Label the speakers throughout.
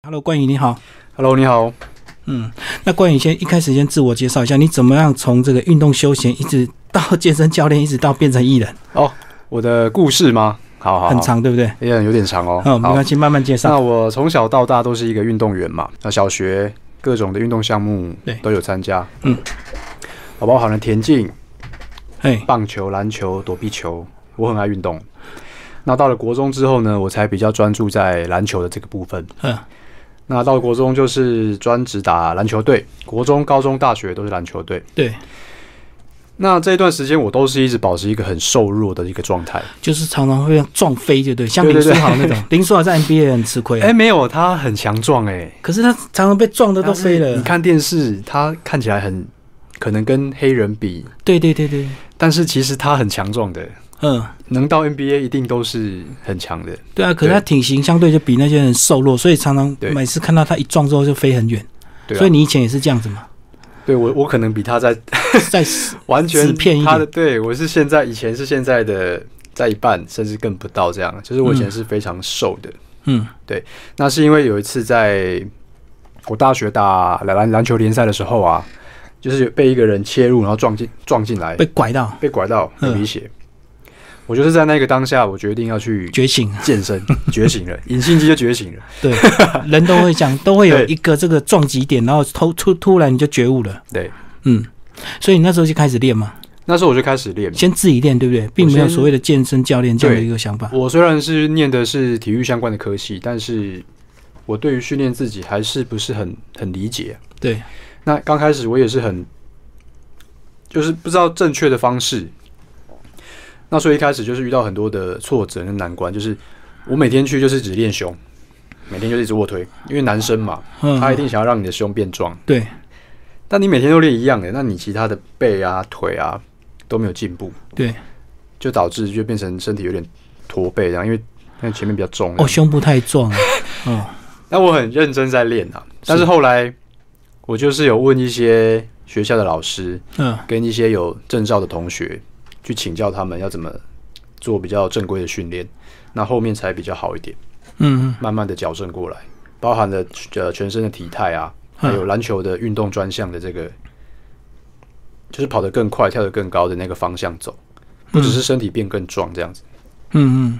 Speaker 1: Hello，冠宇你好。
Speaker 2: Hello，你好。
Speaker 1: 嗯，那冠宇先一开始先自我介绍一下，你怎么样从这个运动休闲一直到健身教练，一直到变成艺人，
Speaker 2: 我的故事吗？好好好
Speaker 1: 哦很，长对不对？
Speaker 2: 也有点长哦。
Speaker 1: 好，没关系，慢慢介
Speaker 2: 那
Speaker 1: 绍。
Speaker 2: 我从小到大都是一个运动员嘛，那小学各种的运动项目
Speaker 1: 对
Speaker 2: 都有参加。
Speaker 1: 嗯，
Speaker 2: 好包含了田径、
Speaker 1: 哎，
Speaker 2: 棒球、篮球、躲避球，我很爱运动。那到了国中之后呢，我才比较专注在篮球的这个部分。
Speaker 1: 嗯，
Speaker 2: 那到了国中就是专职打篮球队，国中、高中、大学都是篮球队。
Speaker 1: 对，
Speaker 2: 那这一段时间我都是一直保持一个很瘦弱的一个状态。
Speaker 1: 就是常常会撞飞，对不对？像
Speaker 2: 对
Speaker 1: 林
Speaker 2: 对
Speaker 1: 书
Speaker 2: 对
Speaker 1: 豪那 种，林书豪在 NBA 很吃亏
Speaker 2: 哎、
Speaker 1: 啊，
Speaker 2: 没有，他很强壮哎、
Speaker 1: 可是他常常被撞的都
Speaker 2: 但是
Speaker 1: 飞了
Speaker 2: 你。看电视，他看起来很可能跟黑人比，
Speaker 1: 对对对对，
Speaker 2: 但是其实他很强壮的，
Speaker 1: 嗯，
Speaker 2: 能到 NBA 一定都是很强的。
Speaker 1: 对啊。可是他体型相对就比那些人瘦弱，所以常常
Speaker 2: 对
Speaker 1: 每次看到他一撞之后就飞很远。
Speaker 2: 对、啊，
Speaker 1: 所以你以前也是这样子 嘛，
Speaker 2: 对我我可能比他 在
Speaker 1: 在
Speaker 2: 完
Speaker 1: 纸
Speaker 2: 全
Speaker 1: 片一
Speaker 2: 他的
Speaker 1: 点
Speaker 2: 对我是现在以前是现在的在一半，甚至更不到这样。就是我以前是非常瘦的，
Speaker 1: 嗯
Speaker 2: 那是因为有一次在我大学打篮篮球联赛的时候啊，就是被一个人切入，然后撞进撞进来，
Speaker 1: 被拐到
Speaker 2: 被拐到流
Speaker 1: 嗯
Speaker 2: 鼻血。我就是在那个当下，我决定要去
Speaker 1: 觉醒。
Speaker 2: 健身，觉醒了，隐性肌就觉醒了。
Speaker 1: 对， 人都会讲，都会有
Speaker 2: 对
Speaker 1: 一个这个撞击点，然后突突突然你就觉悟了。
Speaker 2: 对，
Speaker 1: 嗯，所以你那时候就开始练嘛，
Speaker 2: 那时候我就开始练。
Speaker 1: 先自己练，对不对？并没有
Speaker 2: 嗯先
Speaker 1: 所谓的健身教练这样的
Speaker 2: 对
Speaker 1: 一个想法。
Speaker 2: 我虽然是念的是体育相关的科系，但是我对于训练自己还是不是很很理解。
Speaker 1: 对，
Speaker 2: 那刚开始我也是很，就是不知道正确的方式。那所以一开始就是遇到很多的挫折跟难关，就是我每天去就是只练胸，每天就是一直卧推，因为男生嘛，
Speaker 1: 嗯，
Speaker 2: 他一定想要让你的胸变壮。
Speaker 1: 对，
Speaker 2: 但你每天都练一样的，那你其他的背啊、腿啊都没有进步，
Speaker 1: 对，
Speaker 2: 就导致就变成身体有点驼背这样，因为因为前面比较重。
Speaker 1: 哦，胸部太壮了。 哦，
Speaker 2: 那我很认真在练啊，但是后来我就是有问一些学校的老师，
Speaker 1: 嗯，
Speaker 2: 跟一些有证照的同学去请教他们要怎么做比较正规的训练，那后面才比较好一点，
Speaker 1: 嗯
Speaker 2: 慢慢的矫正过来，包含了呃全身的体态啊，还有篮球的运动专项的这个，就是跑得更快、跳得更高的那个方向走，不只是身体变更壮这样子。
Speaker 1: 嗯嗯。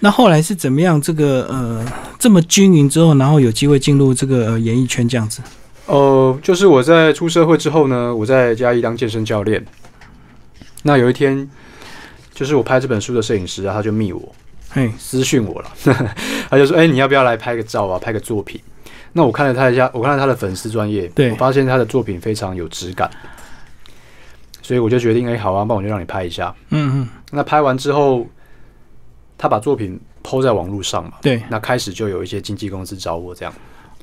Speaker 1: 那后来是怎么样？这个呃，这么均匀之后，然后有机会进入这个、呃、演艺圈这样子。
Speaker 2: 呃，就是我在出社会之后呢，我在嘉义当健身教练。那有一天，就是我拍这本书的摄影师啊，他就密我
Speaker 1: 嘿，
Speaker 2: 私讯我了， 他就说：“哎、你要不要来拍个照啊，拍个作品？”那我看了他一下，我看了他的粉丝专业，
Speaker 1: 对
Speaker 2: 我发现他的作品非常有质感，所以我就决定，哎、好啊，那我就让你拍一下。
Speaker 1: 嗯嗯，
Speaker 2: 那拍完之后，他把作品抛在网络上嘛，
Speaker 1: 对，
Speaker 2: 那开始就有一些经纪公司找我这样，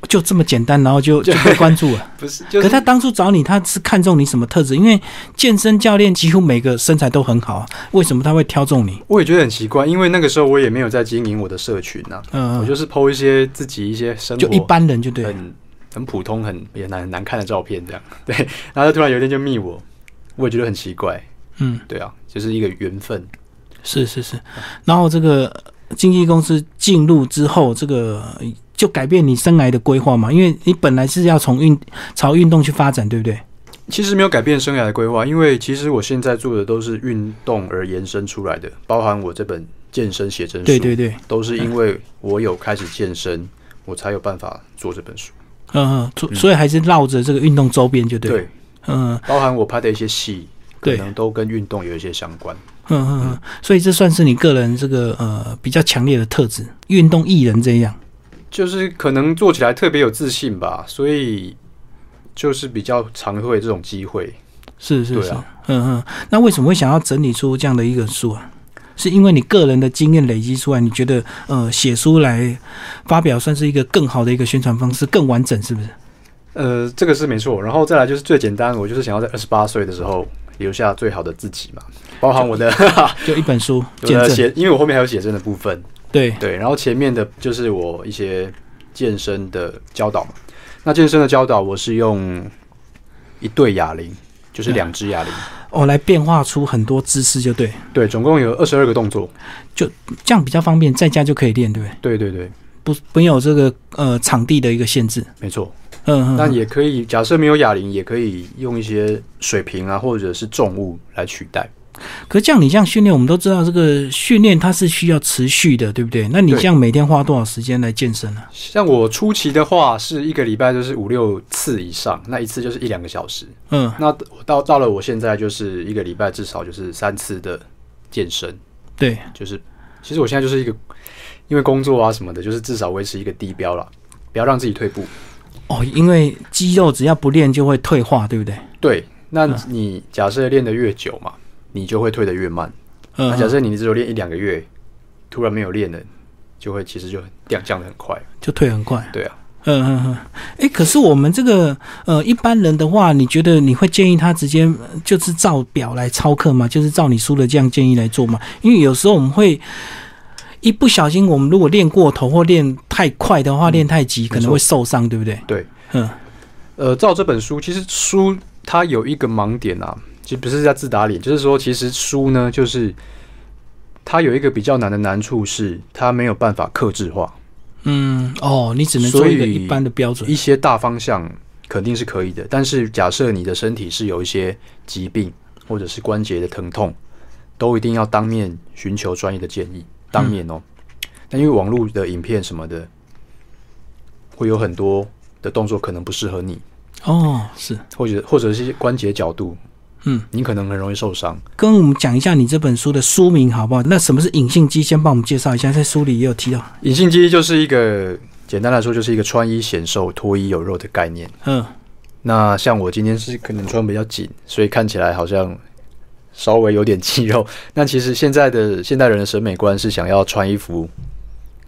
Speaker 1: 就这么简单，然后就就被关注了。
Speaker 2: 不是就
Speaker 1: 可他当初找你，他是看中你什么特质？因为健身教练几乎每个身材都很好啊，为什么他会挑中你？
Speaker 2: 我也觉得很奇怪，因为那个时候我也没有在经营我的社群呐、
Speaker 1: 嗯、
Speaker 2: 我就是剖一些自己一些生活
Speaker 1: 就一般人就对了，
Speaker 2: 很很普通、很也难很难看的照片这样， 对，然后他突然有一天就密我，我也觉得很奇怪，
Speaker 1: 嗯，
Speaker 2: 对啊，就是一个缘分，
Speaker 1: 是是是。然后这个经纪公司进入之后，这个呃就改变你生涯的规划嘛，因为你本来是要从运朝运动去发展，对不对？
Speaker 2: 其实没有改变生涯的规划，因为其实我现在做的都是运动而延伸出来的，包含我这本健身写真书，
Speaker 1: 对对对，
Speaker 2: 都是因为我有开始健身，我才有办法做这本书。
Speaker 1: 嗯、嗯所所以还是绕着这个运动周边就对了，
Speaker 2: 对，
Speaker 1: 嗯、
Speaker 2: 包含我拍的一些戏，可
Speaker 1: 对
Speaker 2: 能都跟运动有一些相关。
Speaker 1: 嗯嗯嗯，所以这算是你个人这个呃比较强烈的特质，运动艺人这样。
Speaker 2: 就是可能做起来特别有自信吧，所以就是比较常会有这种机会。
Speaker 1: 是是
Speaker 2: 对
Speaker 1: 是，
Speaker 2: 啊
Speaker 1: 嗯嗯。那为什么会想要整理出这样的一个书啊？是因为你个人的经验累积出来，你觉得呃写书来发表算是一个更好的一个宣传方式，更完整，是不是？
Speaker 2: 呃，这个是没错。然后再来就是最简单，我就是想要在二十八岁的时候留下最好的自己嘛，包含我的
Speaker 1: 就一本书
Speaker 2: 我
Speaker 1: 见
Speaker 2: 的
Speaker 1: 证，
Speaker 2: 啊写，因为我后面还有写真的部分，
Speaker 1: 对，
Speaker 2: 对。然后前面的就是我一些健身的教导嘛。那健身的教导，我是用一对哑铃，就是两只哑铃，
Speaker 1: 哦，来变化出很多姿势，就对，
Speaker 2: 对，总共有二十二个动作。
Speaker 1: 这样比较方便，在家就可以练，对不对？
Speaker 2: 对对对，
Speaker 1: 不没有这个呃场地的一个限制。
Speaker 2: 没错。
Speaker 1: 嗯，嗯
Speaker 2: 但也可以，假设没有哑铃，也可以用一些水瓶啊，或者是重物来取代。
Speaker 1: 可像你这样训练，我们都知道这个训练它是需要持续的，对不对？那你
Speaker 2: 对
Speaker 1: 这样每天花多少时间来健身啊呢、
Speaker 2: 像我初期的话，是一个礼拜就是五六次以上，那一次就是一两个小时。
Speaker 1: 嗯，
Speaker 2: 那我到到了我现在就是一个礼拜至少就是三次的健身，
Speaker 1: 对，
Speaker 2: 就是其实我现在就是一个因为工作啊什么的，就是至少维持一个低标啦，不要让自己退步。
Speaker 1: 哦，因为肌肉只要不练就会退化，对不对？
Speaker 2: 对，那你假设练得越久嘛，你就会退得越慢。
Speaker 1: 嗯
Speaker 2: 那，假设你只有练一两个月，突然没有练了，就会其实就很降降的很快。
Speaker 1: 就退很快。
Speaker 2: 对啊，
Speaker 1: 嗯嗯嗯。哎、可是我们这个呃一般人的话，你觉得你会建议他直接呃就是照表来操课吗？就是照你书的这样建议来做吗？因为有时候我们会。一不小心，我们如果练过头或练太快的话，练太急可能会受伤，对不对？
Speaker 2: 对，
Speaker 1: 嗯，
Speaker 2: 呃，照这本书，其实书它有一个盲点啊，其实不是在自打脸，就是说，其实书呢，就是它有一个比较难的难处是，它没有办法克制化。
Speaker 1: 嗯，哦，你只能做一个
Speaker 2: 所以
Speaker 1: 一般的标准
Speaker 2: 一。些大方向肯定是可以的，但是假设你的身体是有一些疾病或者是关节的疼痛，都一定要当面寻求专业的建议，当面哦。那、因为网络的影片什么的，会有很多的动作可能不适合你，
Speaker 1: 哦，是
Speaker 2: 或者或者是一些关节角度，
Speaker 1: 嗯，
Speaker 2: 你可能很容易受伤。
Speaker 1: 跟我们讲一下你这本书的书名好不好？那什么是隐性肌？先帮我们介绍一下，在书里也有提到。
Speaker 2: 隐性肌就是一个简单来说就是一个穿衣显瘦、脱衣有肉的概念。
Speaker 1: 嗯，
Speaker 2: 那像我今天是可能穿比较紧，所以看起来好像稍微有点肌肉。 那其实现在的现代人的审美观是想要穿衣服，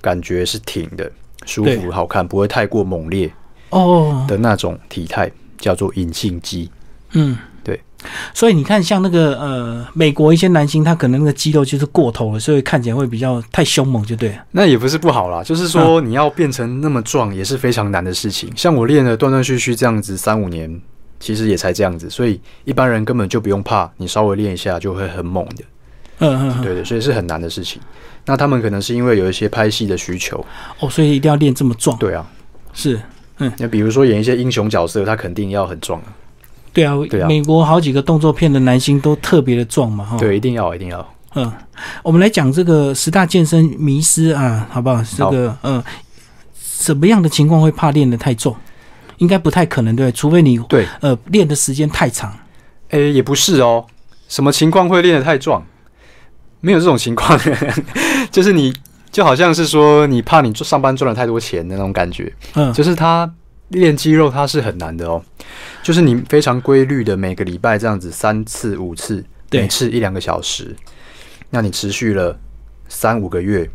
Speaker 2: 感觉是挺的、舒
Speaker 1: 对
Speaker 2: 服、好看，不会太过猛烈
Speaker 1: 哦，
Speaker 2: 的那种体态，叫做隐性肌。
Speaker 1: 嗯，
Speaker 2: 对。
Speaker 1: 所以你看，像那个呃，美国一些男星，他可能那个肌肉就是过头了，所以看起来会比较太凶猛，就对了。
Speaker 2: 那也不是不好啦，就是说你要变成那么壮也是非常难的事情。像我练了断断续续这样子三五年，其实也才这样子，所以一般人根本就不用怕，你稍微练一下就会很猛的。
Speaker 1: 嗯嗯嗯。
Speaker 2: 对对，所以是很难的事情。那他们可能是因为有一些拍戏的需求，
Speaker 1: 哦，所以一定要练这么壮。
Speaker 2: 对啊，
Speaker 1: 是。
Speaker 2: 那比如说演一些英雄角色，他肯定要很壮啊，
Speaker 1: 对啊，
Speaker 2: 对啊
Speaker 1: 美国好几个动作片的男星都特别的壮嘛，哈。。
Speaker 2: 对，一定要一定要。
Speaker 1: 嗯，我们来讲这个十大健身迷失啊，好不好？这个嗯，什么样的情况会怕练得太重？应该不太可能对不对，除非你
Speaker 2: 对，
Speaker 1: 呃练的时间太长。
Speaker 2: 诶，也不是哦，什么情况会练得太壮？没有这种情况， 就是你就好像是说你怕你上班赚了太多钱的那种感觉，
Speaker 1: 嗯，
Speaker 2: 就是他练肌肉它是很难的哦，就是你非常规律的每个礼拜这样子三次五次，
Speaker 1: 对
Speaker 2: 每次一两个小时，那你持续了三五个月，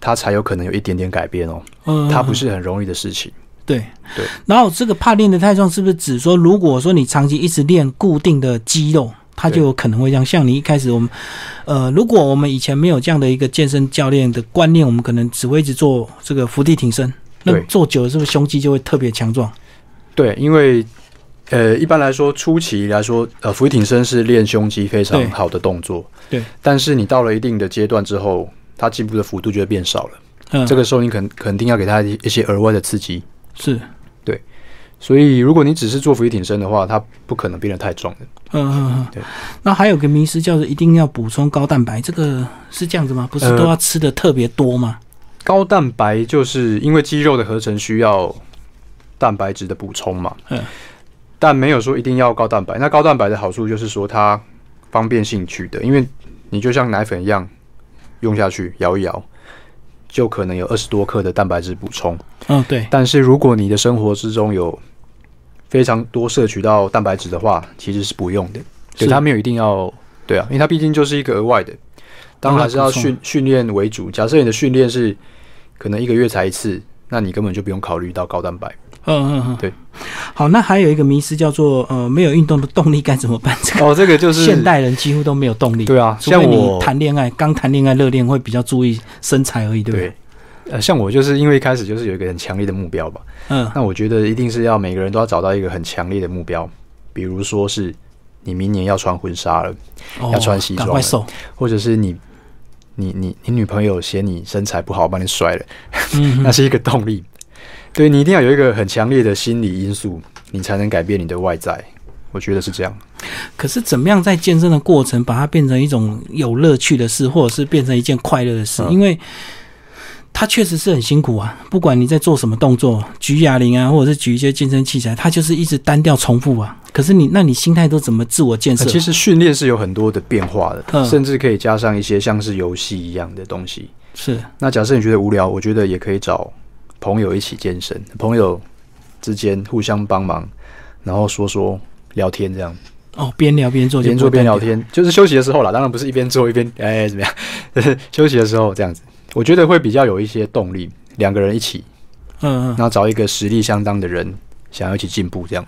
Speaker 2: 它才有可能有一点点改变哦，
Speaker 1: 嗯，
Speaker 2: 它不是很容易的事情。
Speaker 1: 对
Speaker 2: 对。
Speaker 1: 然后这个怕练得太重，是不是指说，如果说你长期一直练固定的肌肉，它就
Speaker 2: 对
Speaker 1: 有可能会这样？像你一开始我们，呃，如果我们以前没有这样的一个健身教练的观念，我们可能只会一直做这个伏地挺身。那
Speaker 2: 对
Speaker 1: 做久了，是不是胸肌就会特别强壮？
Speaker 2: 对，因为呃，一般来说初期来说，呃，俯卧挺身是练胸肌非
Speaker 1: 对
Speaker 2: 常好的动作，
Speaker 1: 对。
Speaker 2: 但是你到了一定的阶段之后，它进步的幅度就会变少了，
Speaker 1: 嗯，
Speaker 2: 这个时候你肯肯定要给它一一些额外的刺激。
Speaker 1: 是，
Speaker 2: 所以，如果你只是做俯卧挺身的话，它不可能变得太重的。
Speaker 1: 嗯嗯嗯。
Speaker 2: 对。
Speaker 1: 那还有个迷思叫做一定要补充高蛋白，这个是这样子吗？不是
Speaker 2: 呃
Speaker 1: 都要吃的特别多吗？
Speaker 2: 高蛋白就是因为肌肉的合成需要蛋白质的补充嘛，
Speaker 1: 嗯，
Speaker 2: 但没有说一定要高蛋白。那高蛋白的好处就是说它方便性取得，因为你就像奶粉一样用下去摇一摇，就可能有二十多克的蛋白质补充。
Speaker 1: 嗯，对。
Speaker 2: 但是如果你的生活之中有非常多摄取到蛋白质的话，其实是不用的。
Speaker 1: 是
Speaker 2: 对，它没有一定要对啊，因为它毕竟就是一个额外的，当然还是要
Speaker 1: 额外补充
Speaker 2: 训训练为主。假设你的训练是可能一个月才一次，那你根本就不用考虑到高蛋白。
Speaker 1: 嗯嗯嗯。
Speaker 2: 对。
Speaker 1: 好，那还有一个迷思叫做呃，没有运动的动力该怎么办？这个
Speaker 2: 哦，这个就是
Speaker 1: 现代人几乎都没有动力。
Speaker 2: 对啊，
Speaker 1: 除
Speaker 2: 像
Speaker 1: 非
Speaker 2: 我
Speaker 1: 你谈恋爱，刚谈恋爱热恋会比较注意身材而已，对不对？
Speaker 2: 对。呃，像我就是因为一开始就是有一个很强烈的目标吧，
Speaker 1: 嗯，
Speaker 2: 那我觉得一定是要每个人都要找到一个很强烈的目标，比如说是你明年要穿婚纱了，
Speaker 1: 哦
Speaker 2: 要穿西装
Speaker 1: 赶快瘦。
Speaker 2: 或者是你你你你女朋友嫌你身材不好，把你甩了，
Speaker 1: 嗯
Speaker 2: 那是一个动力。对你一定要有一个很强烈的心理因素，你才能改变你的外在。我觉得是这样。
Speaker 1: 可是怎么样在健身的过程把它变成一种有乐趣的事，或者是变成一件快乐的事？
Speaker 2: 嗯
Speaker 1: 因为它确实是很辛苦啊，不管你在做什么动作，举哑铃啊，或者是举一些健身器材，它就是一直单调重复啊。可是你那你心态都怎么自我建设？
Speaker 2: 呃其实训练是有很多的变化的，
Speaker 1: 嗯
Speaker 2: 甚至可以加上一些像是游戏一样的东西。
Speaker 1: 是
Speaker 2: 那假设你觉得无聊，我觉得也可以找朋友一起健身，朋友之间互相帮忙，然后说说聊天这样，
Speaker 1: 哦，边聊边做，
Speaker 2: 边做边聊。天，就是休息的时候啦。当然不是一边做一边哎怎么样， 休息的时候这样子，我觉得会比较有一些动力。两个人一起，
Speaker 1: 嗯嗯。
Speaker 2: 然后找一个实力相当的人，想要一起进步这样。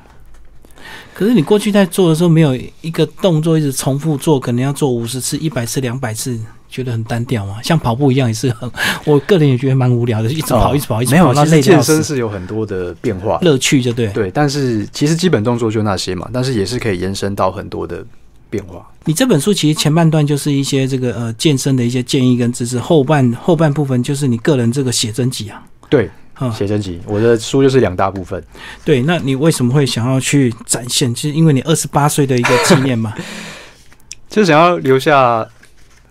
Speaker 1: 可是你过去在做的时候，没有一个动作一直重复做，可能要做五十次、一百次、两百次。觉得很单调嘛，像跑步一样也是很， 我个人也觉得蛮无聊的，一直跑，
Speaker 2: 哦
Speaker 1: 一直跑，一直
Speaker 2: 没
Speaker 1: 跑，
Speaker 2: 有，
Speaker 1: 那
Speaker 2: 其
Speaker 1: 累
Speaker 2: 实
Speaker 1: 得要
Speaker 2: 健
Speaker 1: 死
Speaker 2: 身是有很多的变化的。
Speaker 1: 乐趣就对。
Speaker 2: 对，但是其实基本动作就那些嘛，但是也是可以延伸到很多的变化。
Speaker 1: 你这本书其实前半段就是一些这个呃健身的一些建议跟知识，后半后半部分就是你个人这个写真集啊。
Speaker 2: 对，
Speaker 1: 啊、
Speaker 2: 写真集，我的书就是两大部分。
Speaker 1: 对，那你为什么会想要去展现？就是因为你二十八岁的一个纪念嘛。
Speaker 2: 就想要留下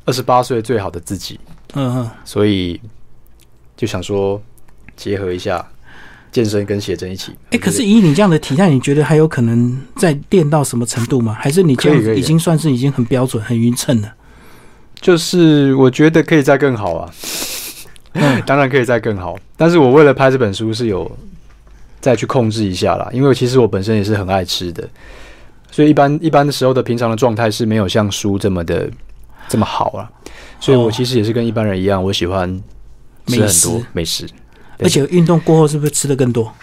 Speaker 2: 二十八岁最好的自己，
Speaker 1: 嗯嗯，
Speaker 2: 所以就想说结合一下健身跟写真一起。
Speaker 1: 哎、可是以你这样的体态，你觉得还有可能再练到什么程度吗？还是你这
Speaker 2: 可以可
Speaker 1: 样
Speaker 2: 以
Speaker 1: 已经算是已经很标准、很匀称了？
Speaker 2: 就是我觉得可以再更好啊，
Speaker 1: 嗯
Speaker 2: 当然可以再更好，但是我为了拍这本书是有再去控制一下啦，因为其实我本身也是很爱吃的，所以一般一般的时候的平常的状态是没有像书这么的这么好啦，所以我
Speaker 1: 哦
Speaker 2: 其实也是跟一般人一样，我喜欢吃
Speaker 1: 美
Speaker 2: 很
Speaker 1: 食
Speaker 2: 多美食，对
Speaker 1: 而且运动过后是不是吃的更多？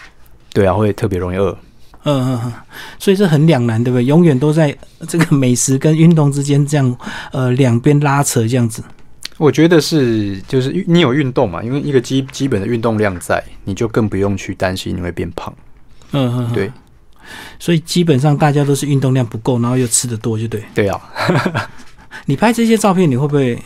Speaker 2: 对啊，会特别容易饿。
Speaker 1: 嗯嗯嗯，所以这很两难，对不对？永远都在这个美食跟运动之间这样呃两边拉扯这样子。
Speaker 2: 我觉得是，就是你有运动嘛，因为一个基基本的运动量在，你就更不用去担心你会变胖。
Speaker 1: 嗯嗯，嗯
Speaker 2: 对
Speaker 1: 所以基本上大家都是运动量不够，然后又吃的多，就对。
Speaker 2: 对啊，
Speaker 1: 你拍这些照片，你会不会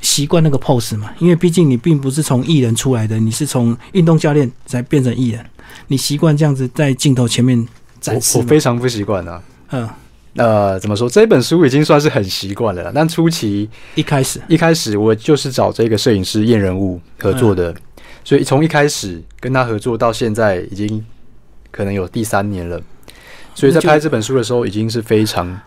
Speaker 1: 习惯那个 pose 嘛？因为毕竟你并不是从艺人出来的，你是从运动教练才变成艺人，你习惯这样子在镜头前面
Speaker 2: 我
Speaker 1: 展示
Speaker 2: 我
Speaker 1: 吗？
Speaker 2: 非常不习惯啊。
Speaker 1: 嗯，
Speaker 2: 呃，怎么说？这本书已经算是很习惯了啦。但初期
Speaker 1: 一开始，
Speaker 2: 一开始，我就是找这个摄影师验人物合作
Speaker 1: 嗯
Speaker 2: 的，所以从一开始跟他合作到现在，已经可能有第三年了。所以在
Speaker 1: 那就
Speaker 2: 拍这本书的时候，已经是非常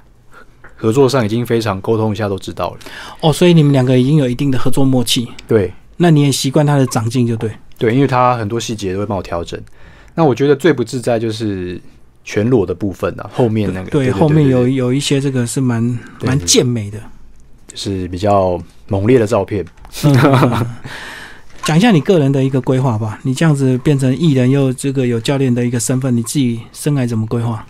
Speaker 2: 合作上已经非常沟通一下都知道了。
Speaker 1: 哦，所以你们两个已经有一定的合作默契，
Speaker 2: 对，
Speaker 1: 那你也习惯他的长进，就对。
Speaker 2: 对，因为他很多细节都会帮我调整。那我觉得最不自在就是全裸的部分啊，后面那个
Speaker 1: 对，后面有
Speaker 2: 对
Speaker 1: 有一些这个是蛮
Speaker 2: 对
Speaker 1: 蛮
Speaker 2: 对
Speaker 1: 健美 的。
Speaker 2: 就是比较猛烈的照片。
Speaker 1: 嗯嗯嗯讲一下你个人的一个规划吧。你这样子变成艺人，又这个有教练的一个身份，你自己生涯怎么规划？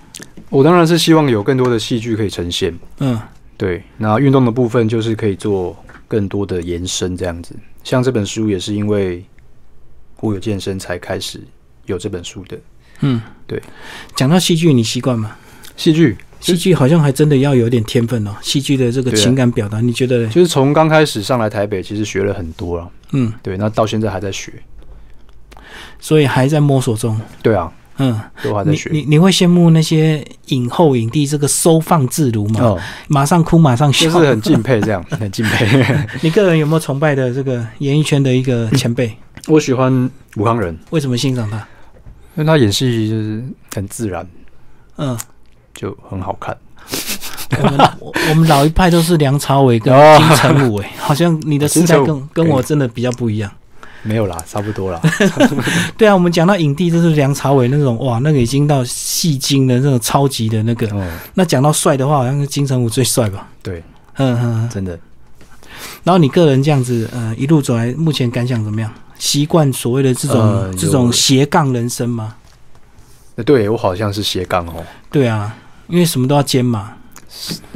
Speaker 2: 我当然是希望有更多的戏剧可以呈现。
Speaker 1: 嗯，
Speaker 2: 对，那运动的部分就是可以做更多的延伸，这样子。像这本书也是因为我有健身才开始有这本书的
Speaker 1: 嗯，
Speaker 2: 对。
Speaker 1: 讲到戏剧，你习惯吗？
Speaker 2: 戏剧，
Speaker 1: 戏剧好像还真的要有点天分哦，戏剧的这个
Speaker 2: 对啊
Speaker 1: 情感表达，你觉得嘞？
Speaker 2: 就是从刚开始上来台北，其实学了很多啊。
Speaker 1: 嗯，
Speaker 2: 对，那到现在还在学。
Speaker 1: 所以还在摸索中。
Speaker 2: 对啊，
Speaker 1: 嗯，
Speaker 2: 都还在
Speaker 1: 你
Speaker 2: 学。
Speaker 1: 你你会羡慕那些影后影帝这个收放自如吗？
Speaker 2: 哦，
Speaker 1: 马上哭马上
Speaker 2: 就
Speaker 1: 笑。
Speaker 2: 是很敬佩，这样很敬佩。
Speaker 1: 你个人有没有崇拜的这个演艺圈的一个前 辈？
Speaker 2: 我喜欢吴康仁，
Speaker 1: 为什么欣赏他？
Speaker 2: 因为他演戏就是很自然，
Speaker 1: 嗯，
Speaker 2: 就很好看。
Speaker 1: 我们我我们老一派都是梁朝伟跟
Speaker 2: 哦
Speaker 1: 金城武，哎，好像你的时代
Speaker 2: 金城
Speaker 1: 跟
Speaker 2: 武
Speaker 1: 跟我真的比较不一样。
Speaker 2: 没有啦，差不多 啦。
Speaker 1: 对啊，我们讲到影帝，就是梁朝伟那种哇，那个已经到戏精的那种超级的那个。
Speaker 2: 哦，
Speaker 1: 那讲到帅的话，好像是金城武最帅吧？
Speaker 2: 对，
Speaker 1: 嗯嗯。嗯
Speaker 2: 真的。
Speaker 1: 然后你个人这样子，呃，一路走来，目前感想怎么样？习惯所谓的这种、
Speaker 2: 呃
Speaker 1: 这种
Speaker 2: 有
Speaker 1: 斜杠人生吗？
Speaker 2: 呃对我好像是斜杠哦，
Speaker 1: 对啊，因为什么都要兼嘛，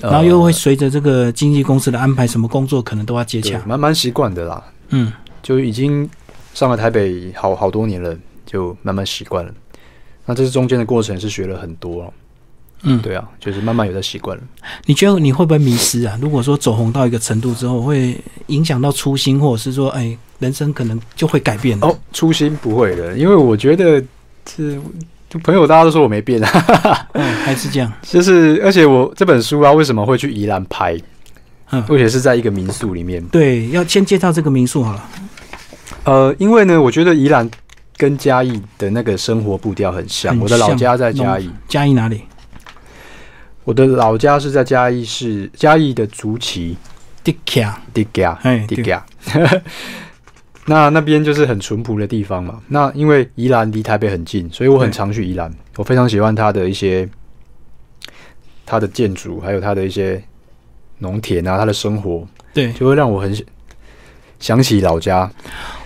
Speaker 2: 呃
Speaker 1: 然后又会随着这个经纪公司的安排，什么工作可能都要接
Speaker 2: 对
Speaker 1: 洽。
Speaker 2: 蛮蛮习惯的啦，
Speaker 1: 嗯，
Speaker 2: 就已经上了台北好好多年了，就慢慢习惯了。那这是中间的过程是学了很多、哦，
Speaker 1: 嗯，
Speaker 2: 对啊，就是慢慢有在习惯了。
Speaker 1: 你觉得你会不会迷失啊？如果说走红到一个程度之后，会影响到初心，或者是说，哎，人生可能就会改变了。
Speaker 2: 哦，初心不会的，因为我觉得是就朋友大家都说我没变啊，
Speaker 1: 嗯，还是这样。
Speaker 2: 就是而且我这本书啊，为什么会去宜兰拍？
Speaker 1: 嗯
Speaker 2: 而且是在一个民宿里面。
Speaker 1: 对，要先介绍这个民宿好了。嗯
Speaker 2: 呃，因为呢，我觉得宜兰跟嘉义的那个生活步调很像。
Speaker 1: 很
Speaker 2: 我的老
Speaker 1: 像嗯
Speaker 2: 家在
Speaker 1: 农
Speaker 2: 嘉义，
Speaker 1: 嘉义哪里？
Speaker 2: 我的老家是在嘉义市嘉义的竹崎
Speaker 1: 迪卡，
Speaker 2: 迪嘎
Speaker 1: 哎，
Speaker 2: 迪
Speaker 1: 对
Speaker 2: 嘎。 那那边就是很淳朴的地方嘛。那因为宜兰离台北很近，所以我很
Speaker 1: 对
Speaker 2: 常去宜兰。我非常喜欢它的一些它的建筑，还有它的一些农田啊，它的生活，
Speaker 1: 对
Speaker 2: 就会让我很想想起老家。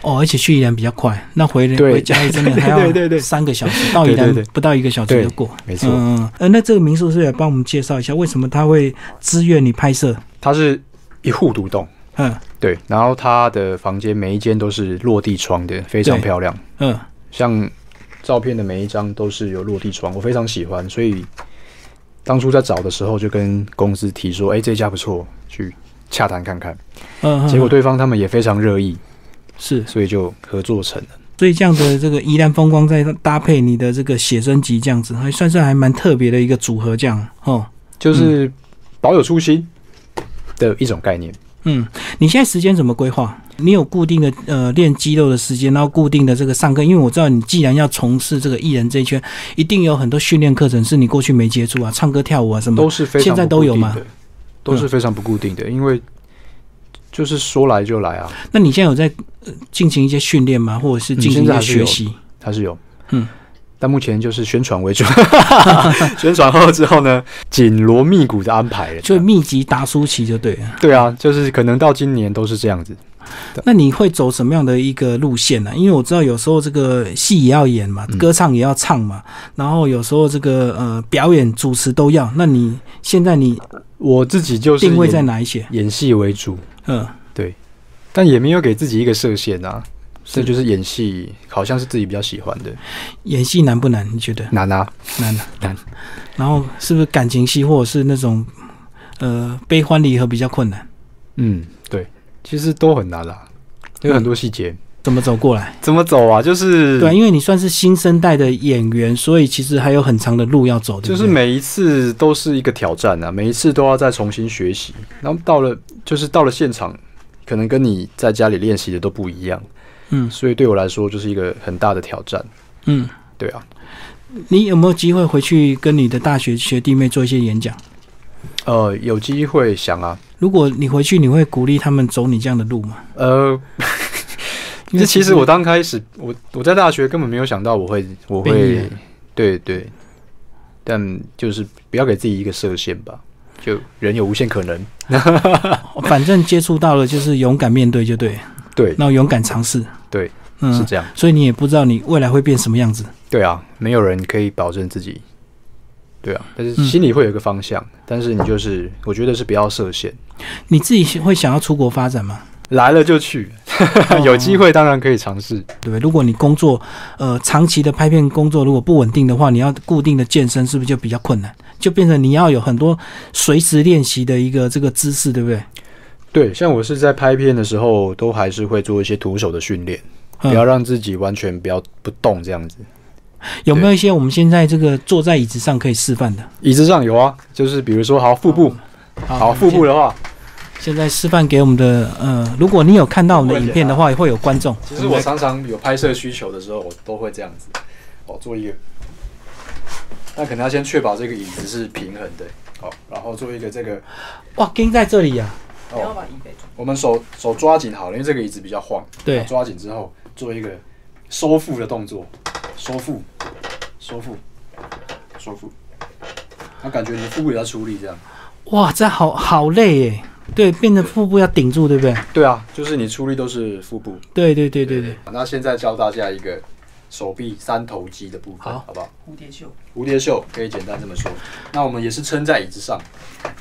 Speaker 1: 哦，而且去宜兰比较快，那回
Speaker 2: 对
Speaker 1: 回嘉义真的还
Speaker 2: 对对
Speaker 1: 要
Speaker 2: 对
Speaker 1: 三个小时，到宜
Speaker 2: 对
Speaker 1: 兰
Speaker 2: 对对
Speaker 1: 不到一个小时就过。
Speaker 2: 没错，
Speaker 1: 嗯，呃，那这个民宿是不是也帮我们介绍一下，为什么他会支援你拍摄？
Speaker 2: 它是一户独栋。
Speaker 1: 嗯
Speaker 2: 对，然后它的房间每一间都是落地窗的，非常
Speaker 1: 对
Speaker 2: 漂亮。
Speaker 1: 嗯，
Speaker 2: 像照片的每一张都是有落地窗，我非常喜欢，所以当初在找的时候就跟公司提说，哎、这家不错，去洽谈看看。
Speaker 1: 嗯，
Speaker 2: 结果
Speaker 1: 嗯
Speaker 2: 对方他们也非常热议，
Speaker 1: 是，
Speaker 2: 所以就合作成了。
Speaker 1: 所以这样的这个宜兰风光再搭配你的这个写真集，这样子还算是还蛮特别的一个组合，这样哦。
Speaker 2: 就是保有初心的一种概念。
Speaker 1: 嗯，你现在时间怎么规划？你有固定的呃练肌肉的时间，然后固定的这个上课，因为我知道你既然要从事这个艺人这一圈，一定有很多训练课程是你过去没接触啊，唱歌、跳舞啊什么
Speaker 2: 都。是非常
Speaker 1: 现在都有吗
Speaker 2: 不固定的？都是非常不固定的，因为就是说来就来啊，
Speaker 1: 那你现在有在呃进行一些训练吗？或者是进行一
Speaker 2: 嗯现在
Speaker 1: 些
Speaker 2: 还是
Speaker 1: 学
Speaker 2: 有
Speaker 1: 习？
Speaker 2: 它是有。
Speaker 1: 嗯，
Speaker 2: 但目前就是宣传 为主，宣传后之后呢，紧锣密鼓的安排了。
Speaker 1: 就密集达书期就对了。
Speaker 2: 对啊，就是可能到今年都是这样子。
Speaker 1: 那你会走什么样的一个路线呢、因为我知道有时候这个戏也要演嘛，
Speaker 2: 嗯
Speaker 1: 歌唱也要唱嘛，然后有时候这个呃表演、主持都要。那你现在你
Speaker 2: 我自己就是
Speaker 1: 定位在
Speaker 2: 演
Speaker 1: 哪一些？
Speaker 2: 演戏为主，
Speaker 1: 嗯，
Speaker 2: 但也没有给自己一个设限啊。这就是演戏，好像是自己比较喜欢的。
Speaker 1: 演戏难不难？你觉得
Speaker 2: 难啊，
Speaker 1: 难啊
Speaker 2: 难。
Speaker 1: 然后是不是感情戏或者是那种呃悲欢离合比较困难？
Speaker 2: 嗯，对，其实都很难啦、有很多细节。
Speaker 1: 怎么走过来？
Speaker 2: 怎么走啊？就是
Speaker 1: 嗯对啊，因为你算是新生代的演员，所以其实还有很长的路要走，对
Speaker 2: 就
Speaker 1: 不
Speaker 2: 是
Speaker 1: 对？
Speaker 2: 每一次都是一个挑战啊，每一次都要再重新学习。然后到了就是到了现场，可能跟你在家里练习的都不一样，
Speaker 1: 嗯
Speaker 2: 所以对我来说就是一个很大的挑战。
Speaker 1: 嗯，
Speaker 2: 对啊，
Speaker 1: 你有没有机会回去跟你的大学学弟妹做一些演讲？
Speaker 2: 呃，有机会想啊，
Speaker 1: 如果你回去，你会鼓励他们走你这样的路吗？
Speaker 2: 呃，
Speaker 1: 因
Speaker 2: 这
Speaker 1: 为
Speaker 2: 其实我当开始，我我在大学根本没有想到我会我
Speaker 1: 被艺
Speaker 2: 会
Speaker 1: 人，
Speaker 2: 对对，但就是不要给自己一个设限吧，就人有无限可能。
Speaker 1: 哦反正接触到了，就是勇敢面对就对，
Speaker 2: 对，
Speaker 1: 然后勇敢尝试。
Speaker 2: 对，是
Speaker 1: 嗯，
Speaker 2: 这样。
Speaker 1: 所以你也不知道你未来会变什么样子。
Speaker 2: 对啊，没有人可以保证自己。对啊，但是
Speaker 1: 嗯
Speaker 2: 心里会有一个方向，但是你就是，我觉得是不要设限，
Speaker 1: 你自己会想要出国发展吗？
Speaker 2: 来了就去，
Speaker 1: 哦
Speaker 2: 有机会当然可以尝试。
Speaker 1: 对不对？如果你工作，呃，长期的拍片工作如果不稳定的话，你要固定的健身是不是就比较困难？就变成你要有很多随时练习的一个这个姿势，对不对？
Speaker 2: 对，像我是在拍片的时候，都还是会做一些徒手的训练，
Speaker 1: 嗯
Speaker 2: 不要让自己完全不要不动这样子。
Speaker 1: 有没有一些我们现在这个坐在椅子上可以示范的？
Speaker 2: 椅子上有啊，就是比如说好腹部，
Speaker 1: 嗯好
Speaker 2: 好腹部的话，
Speaker 1: 现在示范给我们的呃，如果你有看到我们的影片的话，会有观众。
Speaker 2: 其实我常常有拍摄需求的时候，我都会这样子，哦，做一个，那可能要先确保这个椅子是平衡的，好，然后做一个这个。哦
Speaker 1: 哇，跟在这里呀、啊
Speaker 3: 不要把椅背转。
Speaker 2: 我们手手抓紧好了，因为这个椅子比较晃。
Speaker 1: 对
Speaker 2: 抓紧之后做一个收腹的动作，收腹，收腹，收腹。那感觉你的腹部也要出力，这样。
Speaker 1: 哇，这好好累耶。对，变成腹部要顶住，对不对？
Speaker 2: 对啊，就是你出力都是腹部。
Speaker 1: 对对对对对。。
Speaker 2: 那现在教大家一个手臂三头肌的部分，
Speaker 1: 好
Speaker 2: 好不好？
Speaker 3: 蝴蝶袖，
Speaker 2: 蝴蝶袖可以简单这么说。那我们也是撑在椅子上，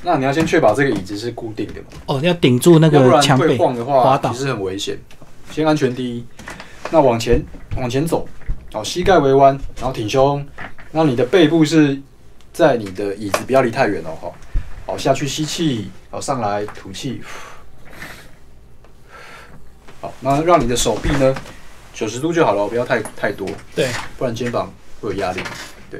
Speaker 2: 那你要先确保这个椅子是固定的嘛。
Speaker 1: 哦，要顶住那
Speaker 2: 要不
Speaker 1: 个
Speaker 2: 然
Speaker 1: 墙
Speaker 2: 会
Speaker 1: 背，
Speaker 2: 晃的
Speaker 1: 滑
Speaker 2: 话，
Speaker 1: 倒
Speaker 2: 其实很危险。先安全第一，那往前哦往前走，好，膝盖微弯，然后挺胸，那你的背部是在你的椅子不要离太远哦，好，好下去吸气，好上来吐气，好，那让你的手臂呢九十度就好了哦，不要太太多，
Speaker 1: 对，
Speaker 2: 不然肩膀会有压力。对，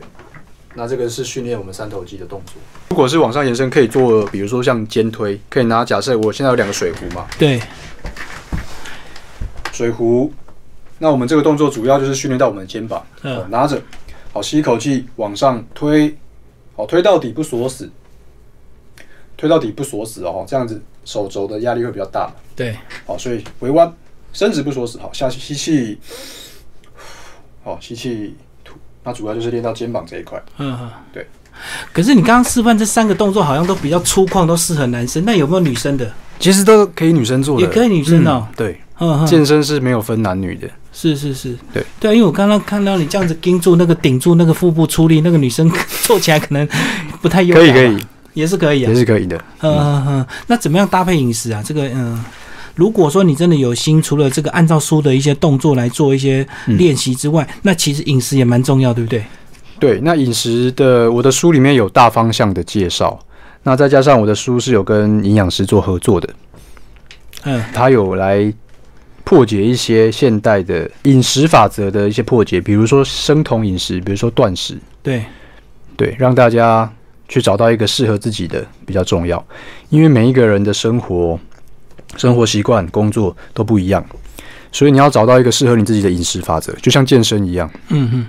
Speaker 2: 那这个是训练我们三头肌的动作。如果是往上延伸，可以做，比如说像肩推，可以拿假设我现在有两个水壶嘛，
Speaker 1: 对，
Speaker 2: 水壶，那我们这个动作主要就是训练到我们的肩膀，
Speaker 1: 嗯
Speaker 2: 好拿着，好吸一口气往上推，好推到底不锁死，推到底不锁死哦，这样子手肘的压力会比较大。
Speaker 1: 对，
Speaker 2: 好，所以微弯，伸直不锁死。好，下去吸气，好吸气吐。那主要就是练到肩膀这一块。
Speaker 1: 嗯，嗯
Speaker 2: 对。
Speaker 1: 可是你刚刚示范这三个动作好像都比较粗犷，都适合男生。那有没有女生的？
Speaker 2: 其实都可以女生做
Speaker 1: 也可以女生哦
Speaker 2: 对，
Speaker 1: 嗯嗯，
Speaker 2: 健身是没有分男女的。
Speaker 1: 是是是，
Speaker 2: 对
Speaker 1: 对，啊因为我刚刚看到你这样子盯住那个顶住那个腹部出力，那个女生做起来可能不太优雅
Speaker 2: 可
Speaker 1: 吧。
Speaker 2: 以可以，
Speaker 1: 也是可以啊
Speaker 2: 也。是可以的。
Speaker 1: 嗯嗯嗯，那怎么样搭配饮食啊？这个嗯。如果说你真的有心，除了这个按照书的一些动作来做一些
Speaker 2: 嗯
Speaker 1: 练习之外，那其实饮食也蛮重要，对不对？
Speaker 2: 对，那饮食的我的书里面有大方向的介绍，那再加上我的书是有跟营养师做合作的，
Speaker 1: 嗯，
Speaker 2: 他有来破解一些现代的饮食法则的一些破解，比如说生酮饮食，比如说断食，
Speaker 1: 对，
Speaker 2: 对，让大家去找到一个适合自己的比较重要，因为每一个人的生活、生活习惯、工作都不一样，所以你要找到一个适合你自己的饮食法则，就像健身一样。
Speaker 1: 嗯嗯。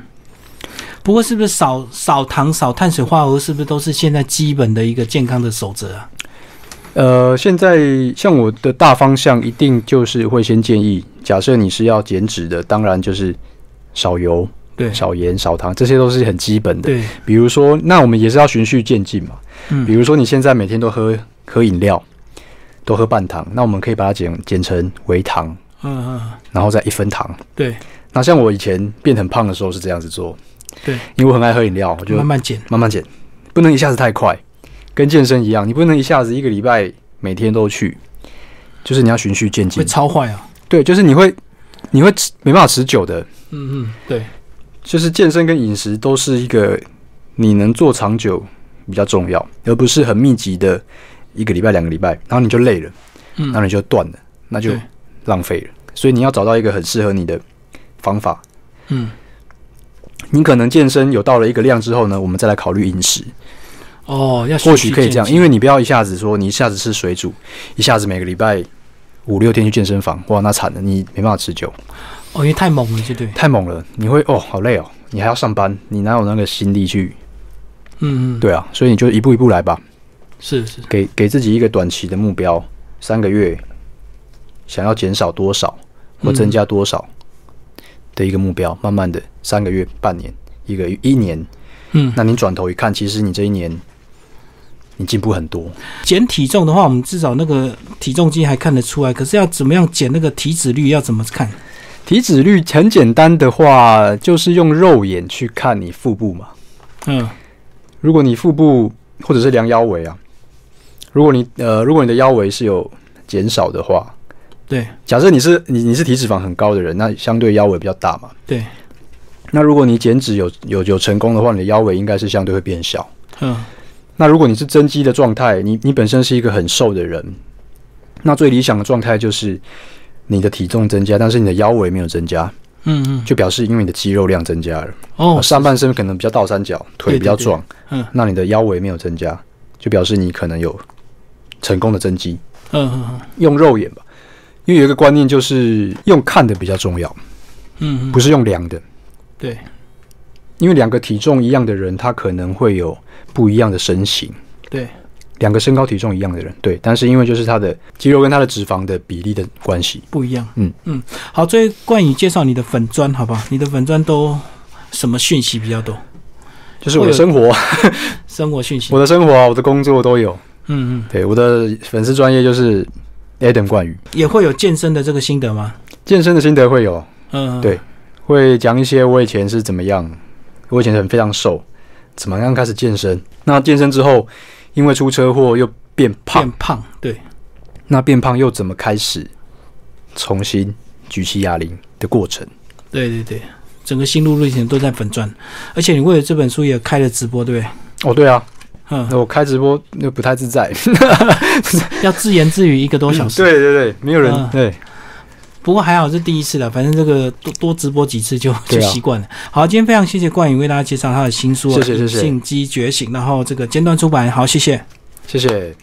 Speaker 1: 不过是不是少少糖、少碳水化合物，是不是都是现在基本的一个健康的守则啊？
Speaker 2: 呃，现在像我的大方向，一定就是会先建议，假设你是要减脂的，当然就是少油、
Speaker 1: 对，
Speaker 2: 少盐、少糖，这些都是很基本的。
Speaker 1: 对，
Speaker 2: 比如说，那我们也是要循序渐进嘛。比
Speaker 1: 嗯，
Speaker 2: 如说你现在每天都喝喝饮料，都喝半糖，那我们可以把它减减成微糖，
Speaker 1: 嗯嗯，
Speaker 2: 然后再一分糖。
Speaker 1: 对，
Speaker 2: 那像我以前变很胖的时候是这样子做，
Speaker 1: 对，
Speaker 2: 因为我很爱喝饮料，我就
Speaker 1: 慢慢减，
Speaker 2: 慢慢减，不能一下子太快，跟健身一样，你不能一下子一个礼拜每天都去，就是你要循序渐
Speaker 1: 会
Speaker 2: 进。
Speaker 1: 超坏啊。
Speaker 2: 对，就是你会你会持没办法持久的，
Speaker 1: 嗯嗯，对，
Speaker 2: 就是健身跟饮食都是一个你能做长久比较重要，而不是很密集的一个礼拜两个礼拜，然后你就累了，
Speaker 1: 嗯
Speaker 2: 然后你就断了，那就
Speaker 1: 对
Speaker 2: 浪费了。所以你要找到一个很适合你的方法。
Speaker 1: 嗯，
Speaker 2: 你可能健身有到了一个量之后呢，我们再来考虑饮食，
Speaker 1: 哦，要
Speaker 2: 或许可以这样，因
Speaker 1: 为
Speaker 2: 为你不要一下子说你一下子吃水煮，一下子每个礼拜五六天去健身房，哇，那惨了，你没办法持久，
Speaker 1: 哦，因为太猛了，就对，
Speaker 2: 太猛了，你会哦好累哦，你还要上班，你哪有那个心力去？
Speaker 1: 嗯嗯，，
Speaker 2: 对啊，所以你就一步一步来吧，
Speaker 1: 是是，
Speaker 2: 给给自己一个短期的目标，三个月想要减少多少或增加多少的一个目标，慢慢的三个月、半年、一个一年，
Speaker 1: 嗯，
Speaker 2: 那你转头一看，其实你这一年你进步很多。
Speaker 1: 减体重的话，我们至少那个体重机还看得出来，可是要怎么样减那个体脂率，要怎么看？
Speaker 2: 体脂率很简单的话，就是用肉眼去看你腹部嘛。
Speaker 1: 嗯，
Speaker 2: 如果你腹部或者是量腰围啊，如果你呃，如果你的腰围是有减少的话，
Speaker 1: 对
Speaker 2: 假设你是你你是体脂肪很高的人，那相对腰围比较大嘛。
Speaker 1: 对，
Speaker 2: 那如果你减脂有有有成功的话，你的腰围应该是相对会变小。
Speaker 1: 嗯
Speaker 2: 那如果你是增肌的状态，你你本身是一个很瘦的人，那最理想的状态就是你的体重增加，但是你的腰围没有增加，
Speaker 1: 嗯嗯，
Speaker 2: 就表示因为你的肌肉量增加了。
Speaker 1: 哦，
Speaker 2: 上半身可能比较倒三角，腿比较壮，
Speaker 1: 对对嗯
Speaker 2: 那你的腰围没有增加，就表示你可能有成功的增肌。
Speaker 1: 嗯嗯
Speaker 2: 用肉眼吧，因为有一个观念就是用看的比较重要，
Speaker 1: 嗯，
Speaker 2: 不
Speaker 1: 是，
Speaker 2: 是用量的。
Speaker 1: 对，
Speaker 2: 因为两个体重一样的人，他可能会有不一样的身形。
Speaker 1: 对，
Speaker 2: 两个身高体重一样的人，对，但是因为就是他的肌肉跟他的脂肪的比例的关系，
Speaker 1: 不一样。
Speaker 2: 嗯
Speaker 1: 嗯，好，最后冠宇介绍你的粉砖，好不好？你的粉砖都什么讯息比较多？
Speaker 2: 就是我的生活、
Speaker 1: 生活讯息。
Speaker 2: 我的生活、啊、我的工作都有。
Speaker 1: 嗯嗯，
Speaker 2: 对，我的粉丝专业就是 Adam 冠宇，
Speaker 1: 也会有健身的这个心得吗？
Speaker 2: 健身的心得会有，
Speaker 1: 嗯，嗯
Speaker 2: 对会讲一些我以前是怎么样，我以前很非常瘦，怎么样开始健身。那健身之后，因为出车祸又变胖，
Speaker 1: 变胖，对，
Speaker 2: 那变胖又怎么开始重新举起哑铃的过程？
Speaker 1: 对对对，整个心路历程都在粉砖，而且你为了这本书也开了直播，对不对？
Speaker 2: 哦，对啊，
Speaker 1: 嗯，
Speaker 2: 那我开直播那不太自在。
Speaker 1: 要自言自语一个多小时。
Speaker 2: 对对对，没有人、
Speaker 1: 嗯
Speaker 2: 对，
Speaker 1: 不过还好是第一次了，反正这个多多直播几次就就
Speaker 2: 对啊
Speaker 1: 习惯了。好，今天非常谢谢冠宇为大家介绍他的新书啊，
Speaker 2: 谢谢谢谢
Speaker 1: 性机觉醒》，然后这个尖端出版，好，谢谢。
Speaker 2: 谢谢。